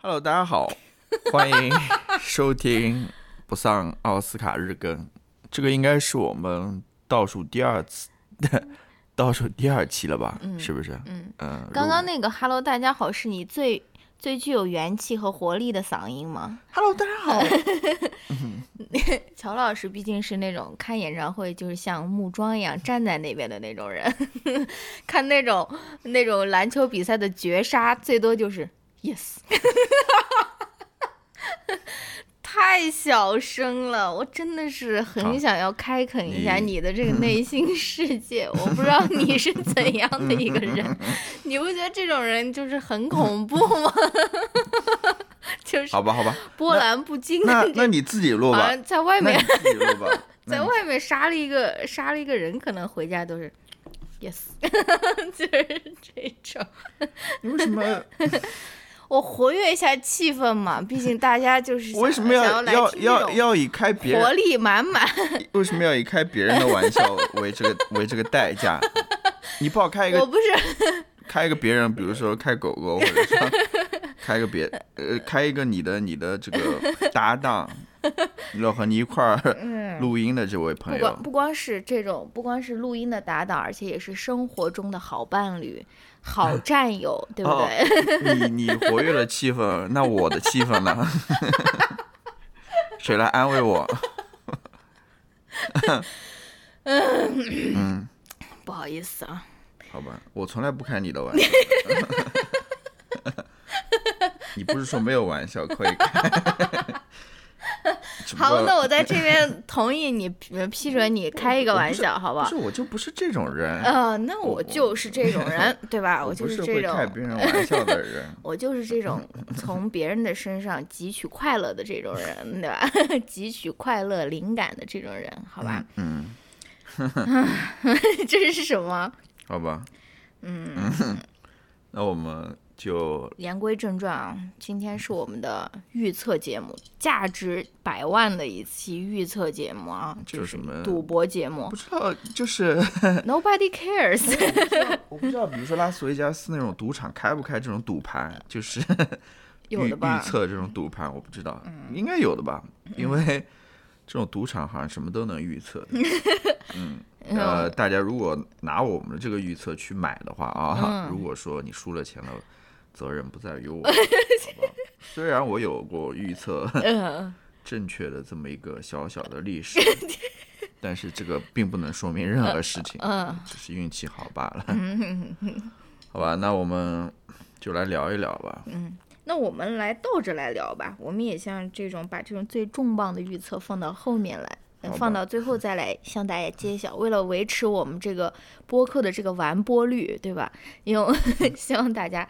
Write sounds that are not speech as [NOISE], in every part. Hello，大家 [LAUGHS] 好，欢迎收听不上奥斯卡日更。这个应该是我们倒数第二次， [LAUGHS] 倒数第二期了吧？嗯是不是？嗯，嗯，如刚刚那个 “Hello，大家好”是你最最具有元气和活力的嗓音吗？ Hello，大家 [LAUGHS] 好。乔老师毕竟是那种看演唱会就是像木桩一样站在那边的那种人， [LAUGHS] 看那种那种篮球比赛的绝杀，最多就是 yes，太小声了，我真的是好很想要开垦一下你嗯你的这个内心世界，我不知道你是怎样的一个 [LAUGHS] 人，你不觉得这种人就是很恐怖吗？ [LAUGHS] 就是好吧，好吧，波澜不惊 [LAUGHS] 那的那你自己录好吧像，在外那面你自己录 [LAUGHS] 吧。那在你外面杀了一个杀了一个人，可能回家都是 yes，就是这种。你为什 [LAUGHS] 么我活跃一下气氛嘛，毕竟大家就是想为什么想要来要听要这种要以开别活人力满满？为什么要以开别人的玩笑为这个为这个代 [LAUGHS] 价？你不好开一个哎我不是开一个别人，比如说开狗 [LAUGHS] 狗，或者说开个别呃开一个你的你的这个搭 [LAUGHS] 档，要和你一块儿录音的这位不朋光友，不光是这种，不光是录音的搭档，而且也是生活中的好伴侣、 [LAUGHS] 好战友，对不哦对？你你活跃了气氛，那我的气氛 [LAUGHS] 呢？谁来安慰我？ [LAUGHS] 不好意思啊，好吧，我从来不开你的 [LAUGHS] 玩笑。你不是说没有玩笑可以 [LAUGHS] 开？只不好过，那 [LAUGHS] 我在这边同意你批批准你开一个玩笑，好不不好是，？我就不是这种人，呃，那我我就是这种人，对吧？我就不是这会种开别人玩笑的人。我就是这 [LAUGHS] 种从别人的身上汲取快乐的这种人，对吧？ [LAUGHS] 汲取快乐灵感的这种人，好吧？嗯， [LAUGHS] 这是什么？好吧。嗯， [LAUGHS] 那我们就言归正传啊，今天是我们的预测节目，价值百万的一期预测节目啊，这就什是么赌博节目不知道，就是，Nobody cares。 [LAUGHS] 我不知道，比如说拉斯维加斯那种赌场开不开这种赌盘，就是预有的吧嗯预测这种赌盘，我不知道，应该有的吧，因为这种赌场好像什么都能预 [LAUGHS] 测的。嗯呃，大家如果拿我们的这个预测去买的话啊，嗯如果说你输了钱了，责任不在于 [LAUGHS] 我，好吧？虽然我有过预测嗯，正确的这么一个小小的历 [LAUGHS] 史， [LAUGHS] 但是这个并不能说明任何事情，嗯 [LAUGHS] 只是运气好罢了。 [LAUGHS] 好吧，那我们就来聊一聊吧。嗯那我们来倒着来聊吧，我们也像这种把这种最重磅的预测放到后面来，呃好吧放到最后再来向大家揭晓。为了维持我们这个播客的这个完播率，对吧？因为 [LAUGHS] 希望大家，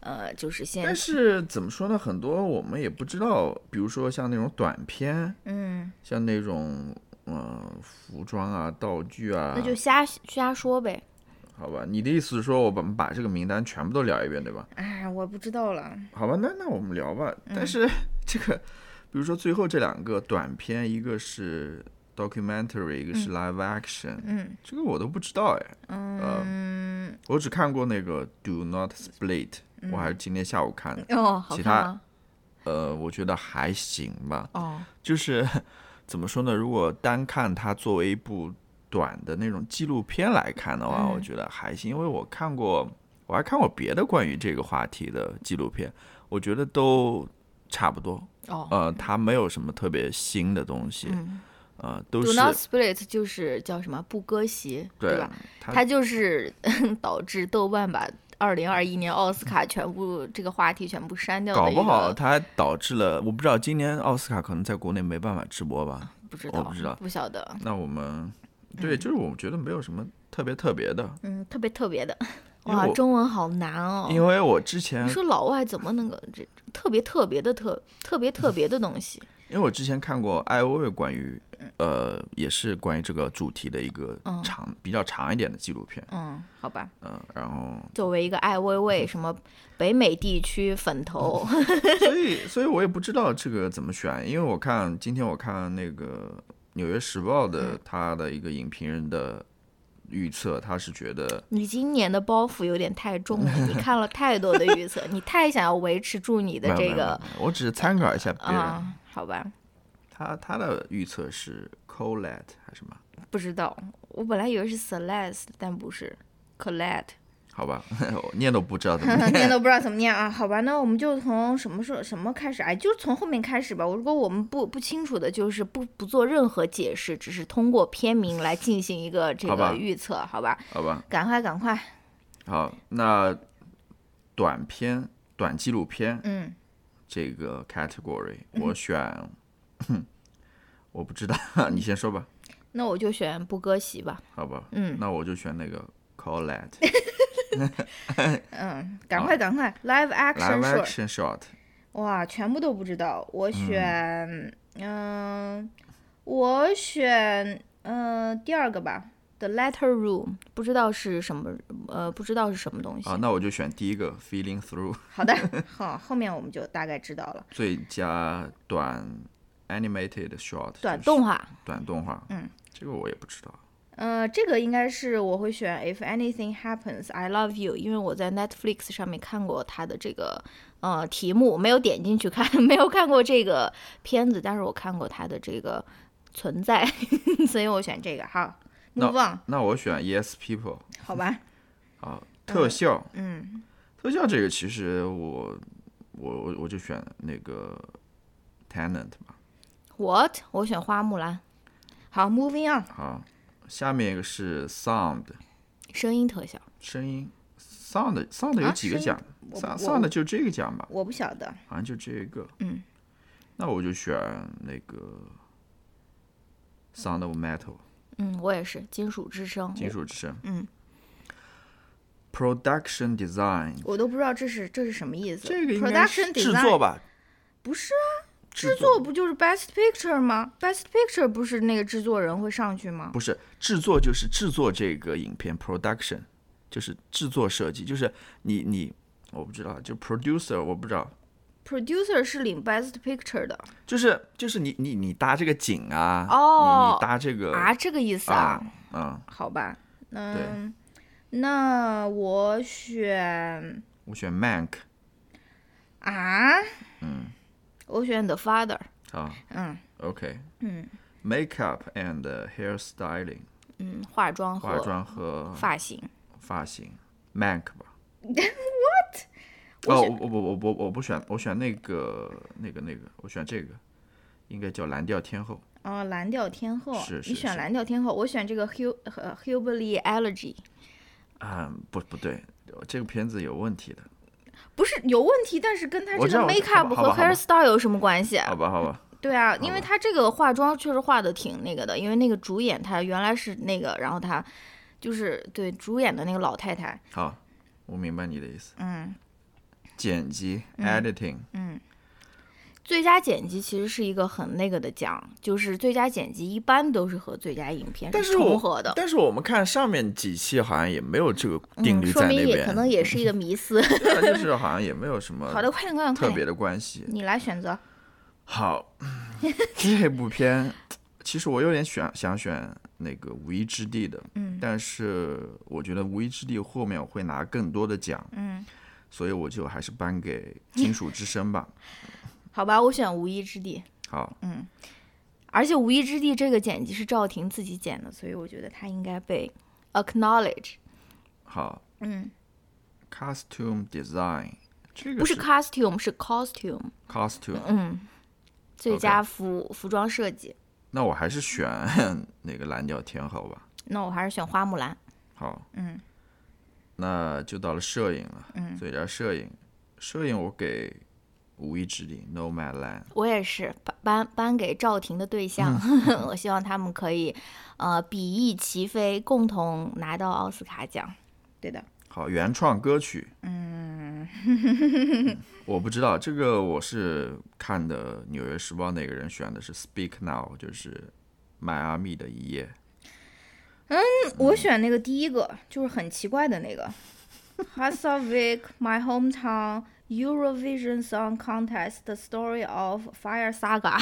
呃，嗯就是先但，是怎么说呢？很多我们也不知道，比如说像那种短片，嗯，像那种呃服装啊、道具啊，那就瞎瞎说呗。好吧，你的意思是说我们把这个名单全部都聊一遍，对吧？哎，我不知道了。好吧，那那我们聊吧。但是这个，比如说最后这两个短片，一个是 documentary，一个是 live action，嗯这个我都不知道哎，嗯，我只看过那个 Do Not Split，、我还是今天下午看的。哦，好其看他吗？呃，我觉得还行吧，哦，就是怎么说呢？如果单看它作为一部短的那种纪录片来看的话，我嗯觉得还行，因为我看过，我还看过别的关于这个话题的纪录片，我觉得都差不多。哦呃，它没有什么特别新的东西，呃，都，Do 是 not split 就是叫什么不割席，对吧？它它就是 [LAUGHS] 导致豆瓣把二零二一年奥斯卡全部这个话题全部删掉的搞一不好个它导致了，我不知道今年奥斯卡可能在国内没办法直播吧。不知我道，不知道晓得，那我们对，就是我觉得没有什么特别特别的，嗯，特别特别的，因为哇，我中文好难哦。因为我之前你说老外怎么能够这特别特别的特特别特别的东西？因为我之前看过艾欧 a 关于呃也是关于这个主题的一个嗯长、比较长一点的纪录片，嗯，好吧，嗯、然 [LAUGHS] 后作为一个爱薇薇什么北美地区粉头，嗯所以所以我也不知道这个怎么选，因为我看嗯今天我看那个《纽约时报》的他的一个影评人的预测，他是觉得你今年的包袱有点太重了，你看了太多的预 [LAUGHS] 测，你太想要维持住你的没有这没有个没有没有我只是参考一下别人，啊，好吧？他他的预测是 Colette 还是什么？不知道，我本来以为是 Celeste，但不是 [LAUGHS] Colette，好吧， [LAUGHS] 我念都不知道怎么 [LAUGHS] 念。念都不知道怎么念啊。好吧，那我们就从什么时候什么开始？哎，就是从后面开始吧。我如果我们不不清楚的，就是不不做任何解释，只是通过片名来进行一个这好吧个预测，好吧？好吧，赶快赶快，好，那短片、短纪录片嗯，这个 category，我选， [LAUGHS] 我不知道， [LAUGHS] 你先说吧，那我就选不割席吧。好吧，嗯那我就选那个 Colette 嗯，赶快赶快，live action live short， action shot，哇，全部都不知道。我嗯选，嗯，我选，嗯，第二个吧，The Letter Room，不知道是什么，呃，不知道是什么东西。啊，那我就选第一个 feeling through [LAUGHS] 好的，好，后面我们就大概知道了。最佳短 animated short，短 [LAUGHS] 就是动画，短动画，嗯，这个我也不知道，呃，这个应该是我会选《If Anything Happens, I Love You》，因为我在 Netflix 上面看过它的这个呃题目，没有点进去看， [LAUGHS] 没有看过这个片子，但是我看过它的这个存在， [LAUGHS] 所以我选这个。好那，Move on，那我选 yes people 好吧？啊，特效，嗯，特效这个其实我我我我就选那个 tenant 嘛， ，What？我选花木兰。好，Moving on，好，下面一个是 sound 声音特效，声音，sound sound 有啊几个声奖、音我 s o u n d 我 sound 就这个奖吧，我不晓得。好像就这一个，嗯，那我就选那个 sound of metal 嗯，我也是，金属之声，金属之声，嗯，production design 我都不知道这是这是什么意思。这个应该是 production 制作 design 吧，不是。制制作不就是 Best Picture 吗？Best Picture 不是那个制作人会上去吗？不是制作，就是制作这个影片 production，就是制作设计，就是你你我不知道，就 producer 我不知道， Producer 是领 Best Picture 的就是就是你你你搭这个景啊，你哦你搭这个啊，这个意思啊啊？嗯，好吧，对嗯，那我选我选 Mank 啊，嗯，我选 The Father，啊嗯 OK 嗯 makeup and hair styling 嗯，化妆化和妆和发型，发型 Mank [LAUGHS] 吧。What？哦，我我我我我不选，我选那个那个那个，我选这个，应该叫蓝调天后。哦，蓝调天后，是是你选是蓝调天后，我选这个呃 Hu 和 Hubley Elegy，啊、不不对，这个片子有问题的，不是有问题，但是跟他我这知个道我知道 makeup 好吧和好吧好吧 hairstyle 有什么关系？啊好吧好吧，对啊，因为吧他这个化妆确实化的挺那个的，因为那个主演她原来是那个，然后她就是对主演的那个老太太，好，我明白你的意思。嗯，剪辑、editing，最佳剪辑其实是一个很那个的奖，就是最佳剪辑一般都是和最佳影片但是重我合的，但是我们看上面几期好像也没有这个定嗯，律说在明那也边，可 [LAUGHS] 能也是一个迷思。对啊就是好像也没有什么好的，快嗯点快点快特别点，的关系。你来选择。好，这部片其实我有点选想选那个《无依之地》的，嗯但是我觉得《无依之地》后面我会拿更多的奖，嗯，所以我就还是颁给《金属之声》吧。好吧，我选《无依之地》，好，而且《无依之地》这个剪辑是赵婷自己剪的，所以我觉得她应该被 acknowledge。好。嗯， costume design，这个不是 costume，是 costume。 costume，、嗯，最 OK 佳服服装设计，那我还是选 [LAUGHS] 那个蓝调天后吧。那我还是选花木兰。好，嗯，那就到了摄影了。嗯最佳摄影，摄影我给无意之地 Nomad Land。我也是颁颁颁给赵婷的对象， [LAUGHS] 我希望他们可以呃比翼齐飞，共同拿到奥斯卡奖。对的，好，原创歌曲，嗯，我不知道这个，我是看的《纽约时报》那个人选的是 Speak Now，就是迈阿密的一夜。我选那个第一个，就是很奇怪的那个 h a s a v i k [LAUGHS] My Hometown Eurovision Song Contest: The Story of Fire Saga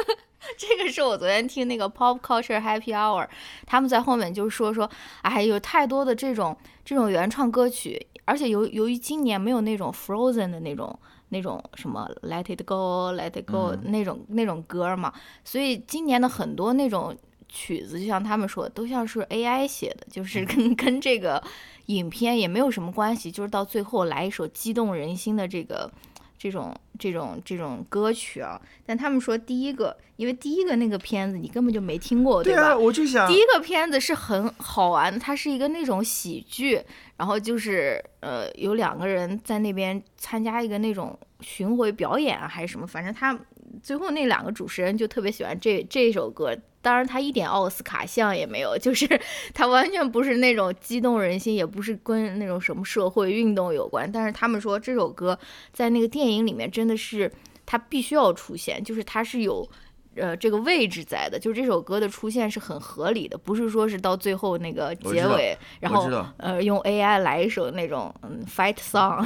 [LAUGHS] 这个是我昨天听那个 Pop Culture Happy Hour，他们在后面就说说，哎，有太多的这种这种原创歌曲，而且由由于今年没有那种 Frozen 的那种那种什么 Let It Go，Let It Go、嗯那种那种歌嘛，所以今年的很多那种曲子，就像他们说的，都像是 AI 写的，就是嗯跟跟这个影片也没有什么关系，就是到最后来一首激动人心的这个。这种这种这种歌曲啊，但他们说第一个，因为第一个那个片子你根本就没听过，对吧？啊，我就想第，一个片子是很好玩的，它是一个那种喜剧，然后就是呃有两个人在那边参加一个那种巡回表演啊还是什么，反正他最后那两个主持人就特别喜欢这这首歌。当然，他一点奥斯卡像也没有，就是他完全不是那种激动人心，也不是跟那种什么社会运动有关。但是他们说这首歌在那个电影里面真的是它必须要出现，就是它是有呃这个位置在的，就是这首歌的出现是很合理的，不是说是到最后那个我知结道尾，然我后知道呃用 AI 来一首那种嗯 fight song，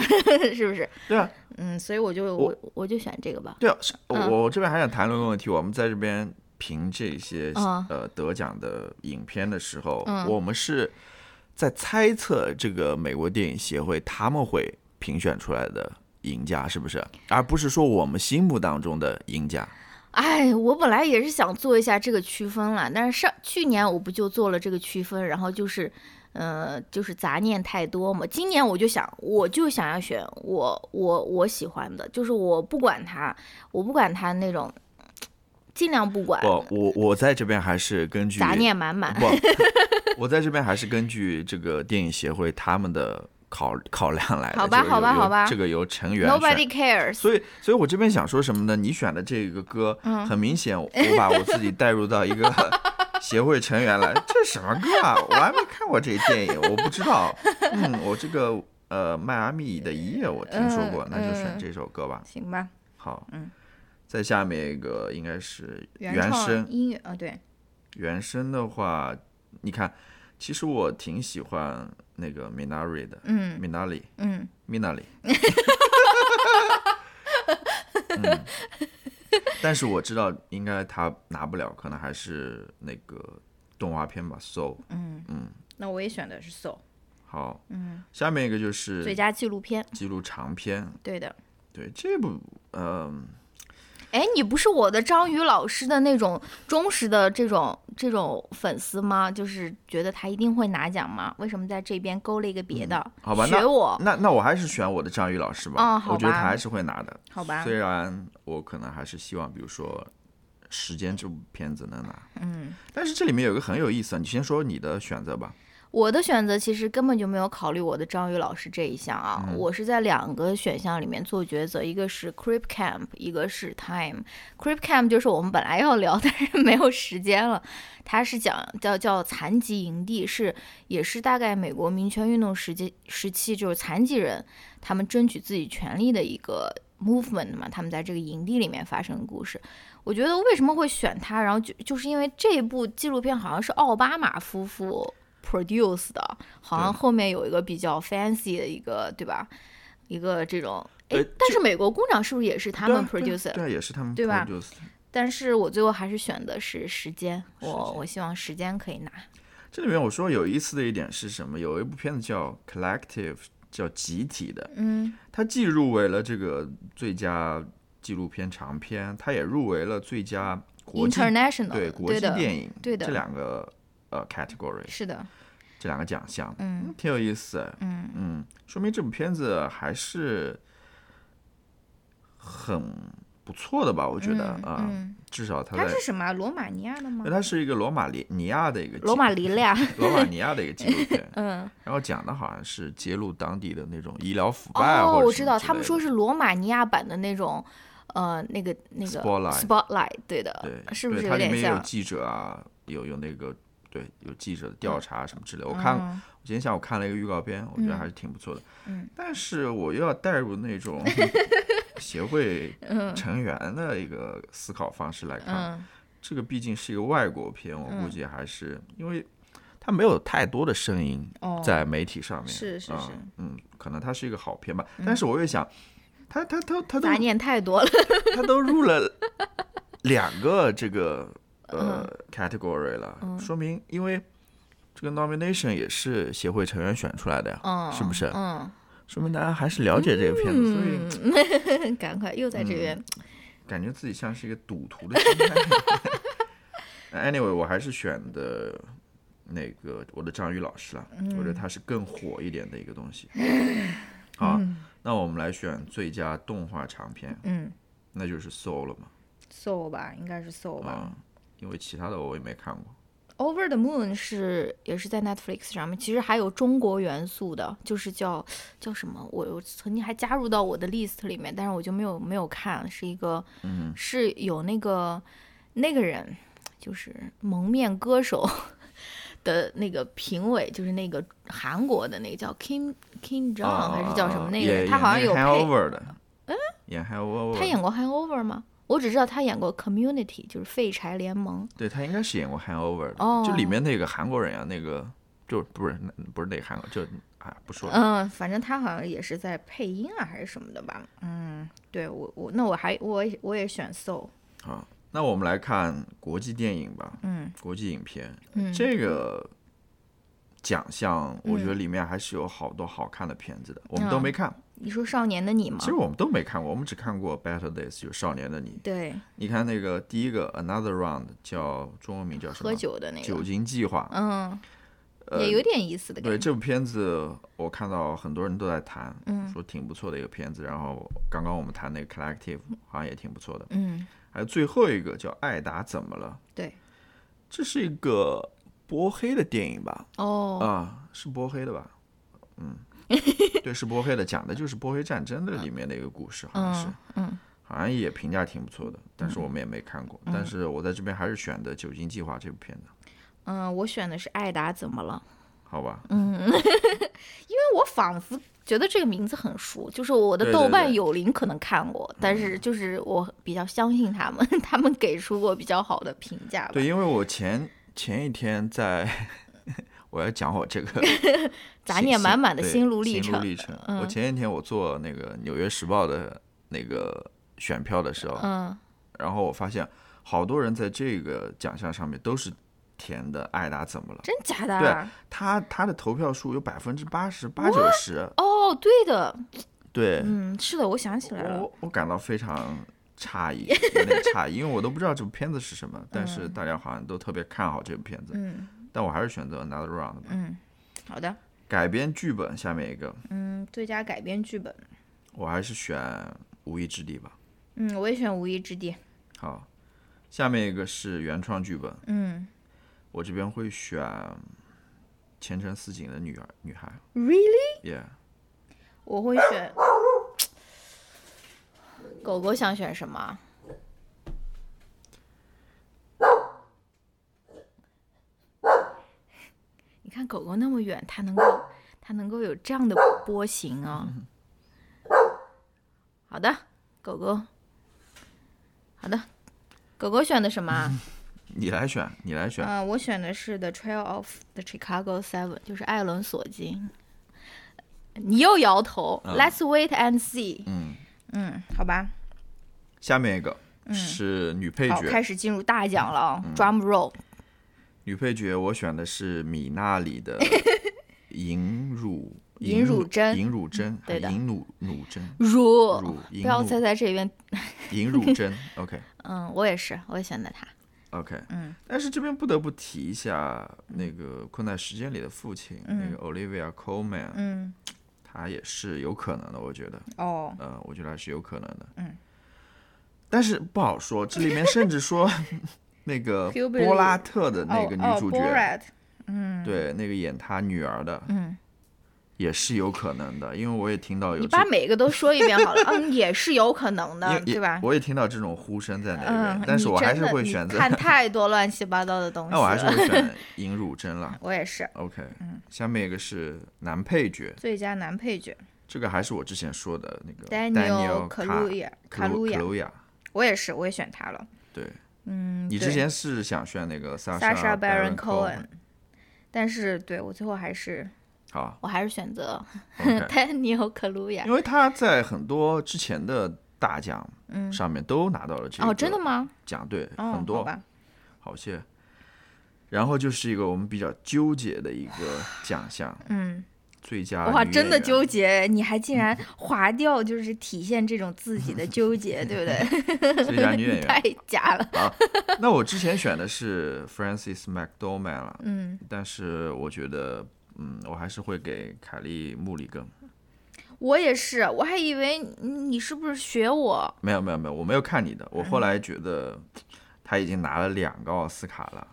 是 [LAUGHS] 不是？对啊，嗯，所以我就我我我就选这个吧。对啊，是我嗯我这边还想谈论个问题，我们在这边评这些嗯呃得奖的影片的时候嗯，我们是在猜测这个美国电影协会他们会评选出来的赢家是不是，而不是说我们心目当中的赢家。哎，我本来也是想做一下这个区分了，但是上去年我不就做了这个区分，然后就是，呃，就是杂念太多嘛。今年我就想，我就想要选我我我喜欢的，就是我不管他，我不管他那种，尽量不管，我我我在这边还是根据杂念满满。不，我在这边还是根据这个电影协会他们的考考量来的。好吧这个好吧由由好吧这个由成员选 Nobody cares。所以，所以我这边想说什么呢？你选的这个歌，嗯很明显，我我把我自己带入到一 [LAUGHS] 个协会成员来，这是什么歌啊？我还没看过这电影，我不知 [LAUGHS] 道。嗯，我这个呃，迈阿密的一夜我听说过，嗯那就选嗯这首歌吧。行吧，好，嗯，再下面一个应该是原创声，音乐啊、对，原声的话，你看，其实我挺喜欢那个 Minari 的嗯，Minari。嗯，米娜 [LAUGHS] 里。嗯，嗯但是我知道应该他拿不了，可能还是那个动画片吧。So，嗯嗯那我也选的是 Soul 好，嗯，下面一个就最是佳纪录片，记录长片，对的。对这部，呃，哎，你不是我的章鱼老师的那种忠实的这种这种粉丝吗？就是觉得他一定会拿奖吗？为什么在这边勾了一个别的？嗯好吧，学那我，那那我还是选我的章鱼老师吧，哦好吧我觉得他还是会拿的，好吧虽然我可能还是希望，比如说《时间》这部片子能拿，嗯，但是这里面有一个很有意思，你先说你的选择吧，我的选择其实根本就没有考虑我的章鱼老师这一项啊，嗯我是在两个选项里面做抉择，一个是 Creep Camp，一个是 Time。Creep Camp 就是我们本来要聊， [LAUGHS] 但是没有时间了。它是讲叫叫残疾营地，是也是大概美国民权运动时期时期，就是残疾人他们争取自己权利的一个 movement 嘛，他们在这个营地里面发生的故事。我觉得为什么会选它，然后就就是因为这部纪录片好像是奥巴马夫妇 produce 的，好像对后面有一个比较 fancy 的一个，对吧？一个这种，哎对，但这是美国工厂是不是也是他对啊们对啊 produce？对啊，也是他们对吧 produce 的但是我最后还是选的是时间，我间我希望时间可以拿。这里面我说有意思的一点是什么？有一部片子叫《Collective》，叫集体的，嗯它既入围了这个最佳纪录片长片，它也入围了最佳国际，international 对国际的，电影对的这两个呃 category 是的，这两个奖项，嗯挺有意思。嗯嗯，说明这部片子还是很不错的吧？我觉得嗯啊、嗯至少它它在是，什么？啊罗马尼亚的因吗为？它是一个罗马尼尼亚的一个纪罗马尼亚，罗马尼亚的一个纪录 [LAUGHS] 片。嗯， [LAUGHS] 然后讲的好像是揭露当地的那种医疗腐败啊，哦或，者我什知么道，之他们类说的是罗马尼亚版的那种，呃，那个那个 Spotlight spotlight，对的，对，是不对是它有里点面也有像？记者啊，有有那个对，有记者的调查什么之类的。我看嗯我今天下午看了一个预告片，我觉得还是挺不错的。嗯，但是我又要带入那 [LAUGHS] 种协会成员的一个思考方式来看，嗯这个毕竟是一个外国片，我估计还是因为它没有太多的声音，哦，在媒体上面。是是是嗯嗯，嗯，可能它是一个好片吧，但是我又想，他他他他都杂念太多了，他都入了两个这个呃 category 了，说明因为这个 nomination 也是协会成员选出来的呀，嗯，是不是？ [LAUGHS] 嗯， [LAUGHS] 说明大家还是了解这个片子，所以赶快又嗯在这边，感觉自己像是一个赌徒的心态。anyway，我还是选的那个我的张宇老师了，我觉得他是更火一点的一个东西。好，那我们来选最佳动画长片，嗯那就是《Soul》了嘛。 ，Soul 吧，应该是 Soul 吧。啊，因为其他的我也没看过。 Over the Moon 是也是在 Netflix 上面，其实还有中国元素的，就是叫叫什么，我我曾经还加入到我的 list 里面，但是我就没有没有看，是一个，嗯是有那个那个人就是蒙面歌手的那个评委，就是那个韩国的那个叫 Kim Kim Jong、啊还是叫什么那个演人，他好像有演那个配，嗯 Hangover 的，演 Hangover，他演过 Hangover 吗？我只知道他演过 Community，就是废柴联盟。对他应该是演过 Hangover 的，哦就里面那个韩国人啊，那个就不是那不是那个韩国，就哎不说了。嗯，反正他好像也是在配音啊，还是什么的吧。嗯，对我我那我还我也我也选 Soul。好，那我们来看国际电影吧，嗯，国际影片，嗯这个奖项我觉得里面还是有好多好看的片子的，我们都没看，你说《少年嗯的你》吗其？实我们都没看过，我们只看过《Better Days》就《少年的你》。对，你看那个第一个《Another Round》叫中文名叫什么？喝酒的那酒个，精计划。嗯，呃也有点意思的感对觉。嗯这部片子，我看到很多人都在谈，说挺不错的一个片子。然后刚刚我们谈那个 Collective，好像也挺不错的。嗯，还有最后一个叫《艾达怎么了》，对，这是一个波黑的电影吧？哦，啊，是波黑的吧？ [LAUGHS] 嗯，对，是波黑的，讲的就是波黑战争的里面的一个故事，好像是，嗯，好像也评价挺不错的，但是我们也没看过。但是我在这边还是选的《酒精计划》这部片子，呃嗯，我选的是《艾达怎么了》，好吧？因为我仿佛觉得这个名字很熟，就是我的对豆对瓣对嗯友邻可能看过，但是就是我比较相信他们， [LAUGHS] 他们给出过比较好的评价吧。对，因为我前前一天在， [LAUGHS] 我要讲我这个 [LAUGHS] 杂心念满心满的对心路历心路程嗯历程。我前一天我做那个《纽约时报》的那个选票的时候，嗯，然后我发现好多人在这个奖项上面都是填的艾达怎么了？真假的？啊对他他的投票数有百分之八十八九十，哦，对的，对，嗯，是的，我想起来了，我我感到非常诧 [LAUGHS] 异，有点诧异，因为我都不知道这部片子是什么，但是大家好像都特别看好这部片子，嗯但我还是选择 Another Round 吧。嗯，好的，改编剧本下面一个，嗯，最佳改编剧本，我还是选《无意之地》吧。嗯，我也选《无意之地》，好，下面一个是原创剧本，嗯我这边会选《前程似锦的女儿女孩，Really，》 ，Yeah。我会选。 [COUGHS] 狗狗想选什么？你看狗狗那么远，它能够，它能够有这样的波形啊、好的，狗狗。好的，狗狗选的什么啊？你来选，你来选。嗯、我选的是《The Trail of the Chicago Seven》，就是艾伦·索金。你又摇头、l e t s wait and see。嗯，嗯，好吧，下面一个是女配嗯好，角，开始进入大奖了啊、d 嗯 r u m roll。女配角我选的是米娜里 [LAUGHS] 的尹汝尹汝贞尹汝贞，对的还尹汝汝贞，如，汝不尹要再汝在这边。尹 [LAUGHS] 汝贞，OK 嗯，我也是，我也选择他。 OK，嗯，但是这边不得不提一下那个《困在时间里的父亲》那个 Olivia Colman，嗯，她也是有可能的，我觉得，哦，呃，我觉得还是有可能的，嗯，但是不好说，这里面甚至说 [LAUGHS] 那个 Hubert 波拉特的那个女主角，哦哦 Borat 对，那个演他女儿的，嗯，也是有可能的，因为我也听到有你这，把每个都说一遍好 [LAUGHS] 了。嗯，也是有可能的，因对吧？我也听到这种呼声在那边，嗯，但是你我还真是的会你选择，看太多乱七八糟的东 [LAUGHS] 西嗯那我还是了。会 [LAUGHS] 选尹汝贞了。我也是 OK，、下面一个是男配角，最佳男配角这个还是我之前说的那个，Daniel 卡 Kaluuya，卡路亚卡，路亚，我也是，我也选他了。对嗯，你之对前是想选那个 Sacha Sasha Baron Baron Cohen，但是对我最后还是好 [LAUGHS] 我还是选择，OK， Daniel Kaluuya。因为他在很多之前的大奖，嗯，上面都拿到了这个哦，真的吗？奖，对，哦，很好多吧，好些。然后就是一个我们比较纠结的一个奖项，嗯，最佳哇，女真的演员纠结，你还竟 [LAUGHS] 然划掉，就是体现这种自己的纠结，对 [LAUGHS] 不对？最佳女演员 [LAUGHS] 太假了，啊。那我之前选的是 Francis McDormand 了，嗯，但是我觉得，嗯，我还是会给凯莉·穆里根。我也是，我还以为你是不是学我，没有没有没有，我没有看你的，我后来觉得他已经拿了两个奥斯卡了。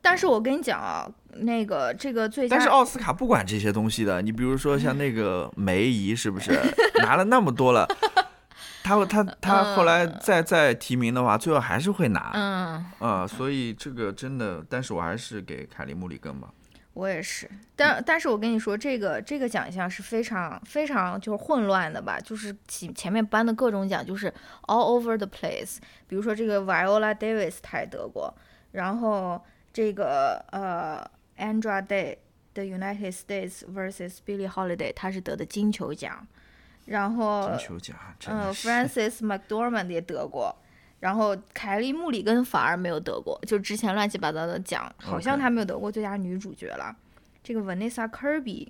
但是我跟你讲啊，那个这个最佳，但是奥斯卡不管这些东西的，你比如说像那个梅姨，是不 [LAUGHS] 是拿了那么多了？他他呃他后来再再提名的话，最后还是会拿，嗯，啊，所以这个真的，但是我还是给凯利·穆里根吧。我也是，但但是我跟你说，这个这个奖项是非常非常就是混乱的吧，就是前前面颁的各种奖就是 all over the place，比如说这个 Viola Davis 她也得过，然后这个呃 Andra Day 的 United States vs Billie Holiday 她是得的金球奖，然后金球奖真嗯的是， ，Francis McDormand 也得过，然后凯莉·穆里根反而没有得过，就之前乱七八糟的奖，好像 OK 她没有得过最佳女主角了。这个 Vanessa Kirby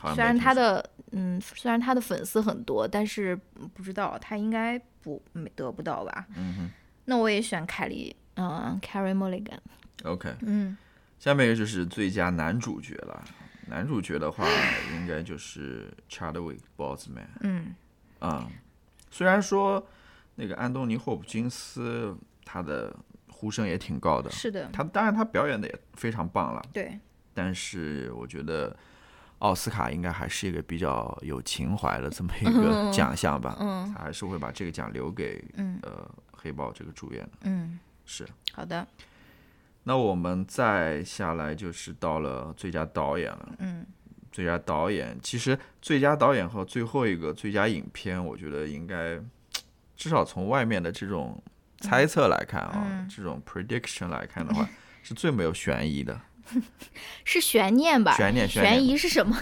好像虽然没听她说的嗯，虽然她的粉丝很多，但是嗯不知道她应该不没得不到吧？嗯哼那我也选凯莉，嗯，Carrie Mulligan， OK，嗯，下面一个就是最佳男主角了。男主角的话，应该就是 Chadwick Boseman。嗯啊、虽然说那个安东尼·霍普金斯他的呼声也挺高的，是的，他当然他表演的也非常棒了，对，但是我觉得奥斯卡应该还是一个比较有情怀的这么一个奖项吧，嗯他还是会把这个奖留给嗯呃黑豹这个主演的。嗯，是，好的，那我们再下来就是到了最佳导演了。嗯最佳导演，其实最佳导演和最后一个最佳影片，我觉得应该至少从外面的这种嗯猜测来看啊、这种 prediction 来看的 [LAUGHS] 话，是最没有悬疑的，是悬念吧？悬念悬悬念疑是什么？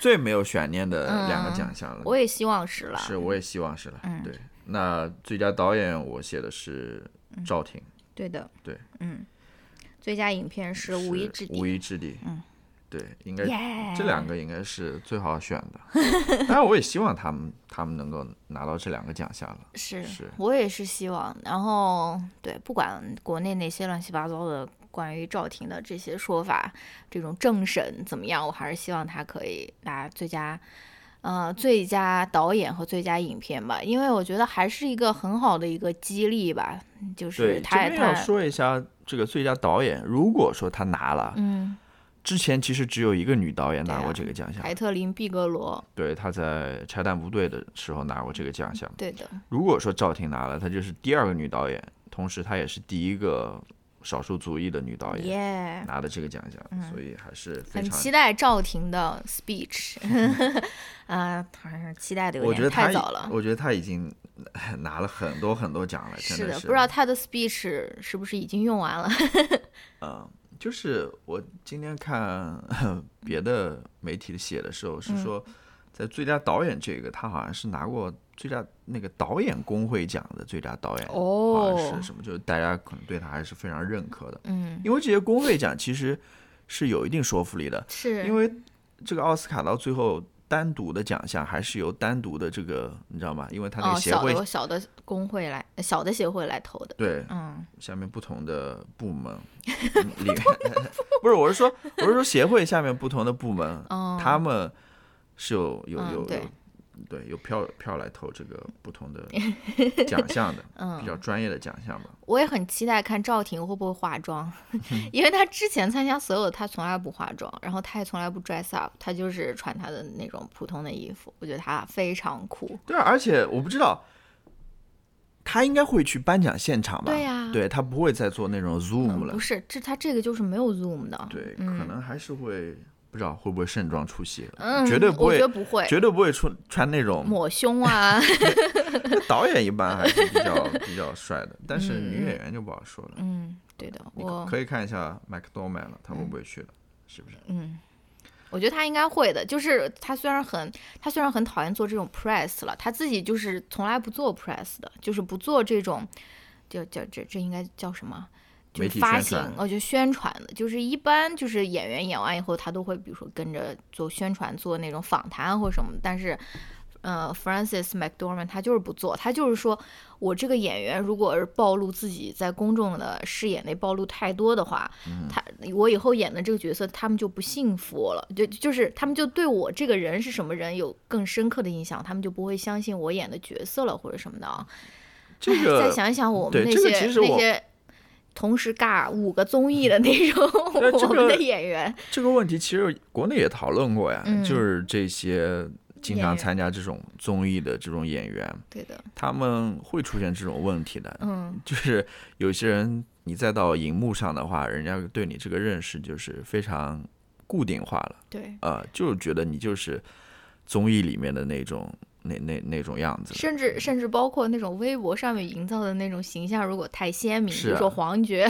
最没有悬念的两个奖项了。嗯我也希望是了。嗯是，我也希望是了。嗯对，那最佳导演我写的是嗯赵婷，对的，对，嗯，最佳影片是《是无一之地无》，一之地。嗯，对，应该耶，这两个应该是最好选的。 [LAUGHS] 当然，我也希望他们他们能够拿到这两个奖项了。是是我也是希望。然后对，不管国内那些乱七八糟的关于赵婷的这些说法，这种政审怎么样，我还是希望她可以拿最佳。呃，最佳导演和最佳影片吧，因为我觉得还是一个很好的一个激励吧，就是对，这他边要他说一下这个最佳导演，如果说他拿了，嗯，之前其实只有一个女导演对拿啊过这个奖项，凯特琳·毕格罗，对，她在《拆弹部队》的时候拿过这个奖项。对的，如果说赵婷拿了，她就是第二个女导演，同时她也是第一个少数族裔的女导演耶、拿的这个奖项，所以还是非嗯很常。期待赵婷的 [LAUGHS] speech，啊，好像是期待的有我觉得点她太已早了。我觉得她已经拿了很多很多奖了，真是的的，不知道她的 speech 是不是已经用完了？ [LAUGHS] 就是我今天看 [LAUGHS] 别的媒体写的时候嗯是说，在最佳导演这个，他好像是拿过最佳那个导演工会奖的最佳导演，哦好像啊是什么，就是大家可能对他还是非常认可的，嗯，因为这些工会奖其实是有一定说服力的，是，因为这个奥斯卡到最后单独的奖项还是由单独的这个你知道吗？因为他那哦，个协小会、的小的工会来，小的协会来投的。对嗯，下面不同的部门嗯里面， [LAUGHS] 不是，我是说，我是说协会下面不同的部门，哦他们是有有嗯有有对对有票票来投这个不同 [LAUGHS] 的奖项的，嗯比较专业的奖项吧。我也很期待看赵婷会不会化 [LAUGHS] 妆，因为她之前参加所有的她从来不化妆，然后她也从来不 dress up，她就是穿她的那种普通的衣服，我觉得她非常酷。对啊，而且我不知道。他应该会去颁奖现场吧？对呀嗯对他不会再做那种 Zoom 了不，是，这她这个就是没有 zoom 的。对，嗯可能还是会不知道会不会盛装出席了，嗯，绝对不我会觉得，不会。绝对不会穿穿那种抹胸啊， [LAUGHS] 导演一般还是比较比较帅的，但是女演员就不好说了。嗯嗯，对的，你我可以看一下麦克多曼了，他会不会去了？是不是？嗯，我觉得他应该会的，就是他虽然很他虽然很讨厌做这种 press 了，他自己就是从来不做 press 的，就是不做这种，就叫这这应该叫什么？就媒是体发宣行传，哦，就宣传的，就是一般就是演员演完以后，他都会比如说跟着做宣传，做那种访谈或什么的，但是。呃，Francis McDormand 他就是不做，他就是说我这个演员如果是暴露自己在公众的视野内暴露太多的话，他我以后演的这个角色他们就不信服我了，就就是他们就对我这个人是什么人有更深刻的印象，他们就不会相信我演的角色了或者什么的啊。这唉个再想一想我们对那这个些、其实那我些同时尬五个综艺的那 [LAUGHS] 种对这我们个的演员，这个问题其实国内也讨论过呀，嗯就是这些经演员常参加这种综艺的这种演员，对的，他们会出现这种问题的。嗯，就是有些人，你再到荧幕上的话，人家对你这个认识就是非常固定化了，对，呃，就觉得你就是综艺里面的那种那那那种样子。甚至甚至包括那种微博上面营造的那种形象，如果太鲜明，比是如啊说黄觉，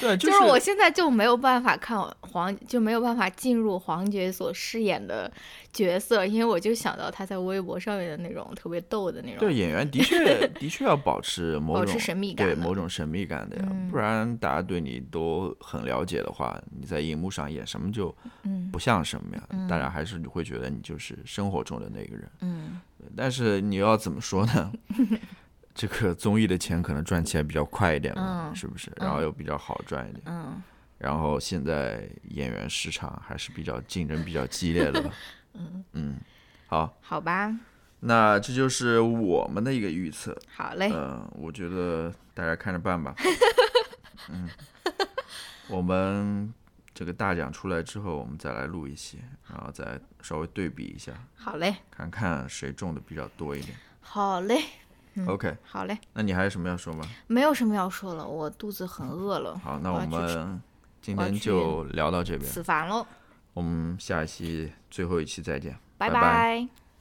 对，就是是我现在就没有办法看黄，就没有办法进入黄觉所饰演的角色，因为我就想到他在微博上面的那种特别逗的那种对，演员的 [LAUGHS] 确的确要保持某保种持神秘感对的某种神秘感的呀，嗯不然大家对你都很了解的话，你在荧幕上演什么就嗯不像什么呀，大家还是会觉得你就是生活中的那个人。嗯，但是你要怎么说 [LAUGHS] 呢？这个综艺的钱可能赚起来比较快一点嘛，嗯是不是？然后又比较好赚一点。嗯，然后现在演员市场还是比较竞争比较激烈 [LAUGHS] 的吧。嗯好，好吧，那这就是我们的一个预测。好嘞，嗯，我觉得大家看着办 [LAUGHS] 吧。嗯，我们这个大奖出来之后，我们再来录一期，然后再稍微对比一下，好嘞，看看谁中的比较多一点。好嘞，嗯 OK，好嘞，那你还有什么要说吗？没有什么要说了，我肚子很饿了，好，那我我要去们今我要天去就聊到这边，吃饭喽，我们下一期最后一期再见，拜拜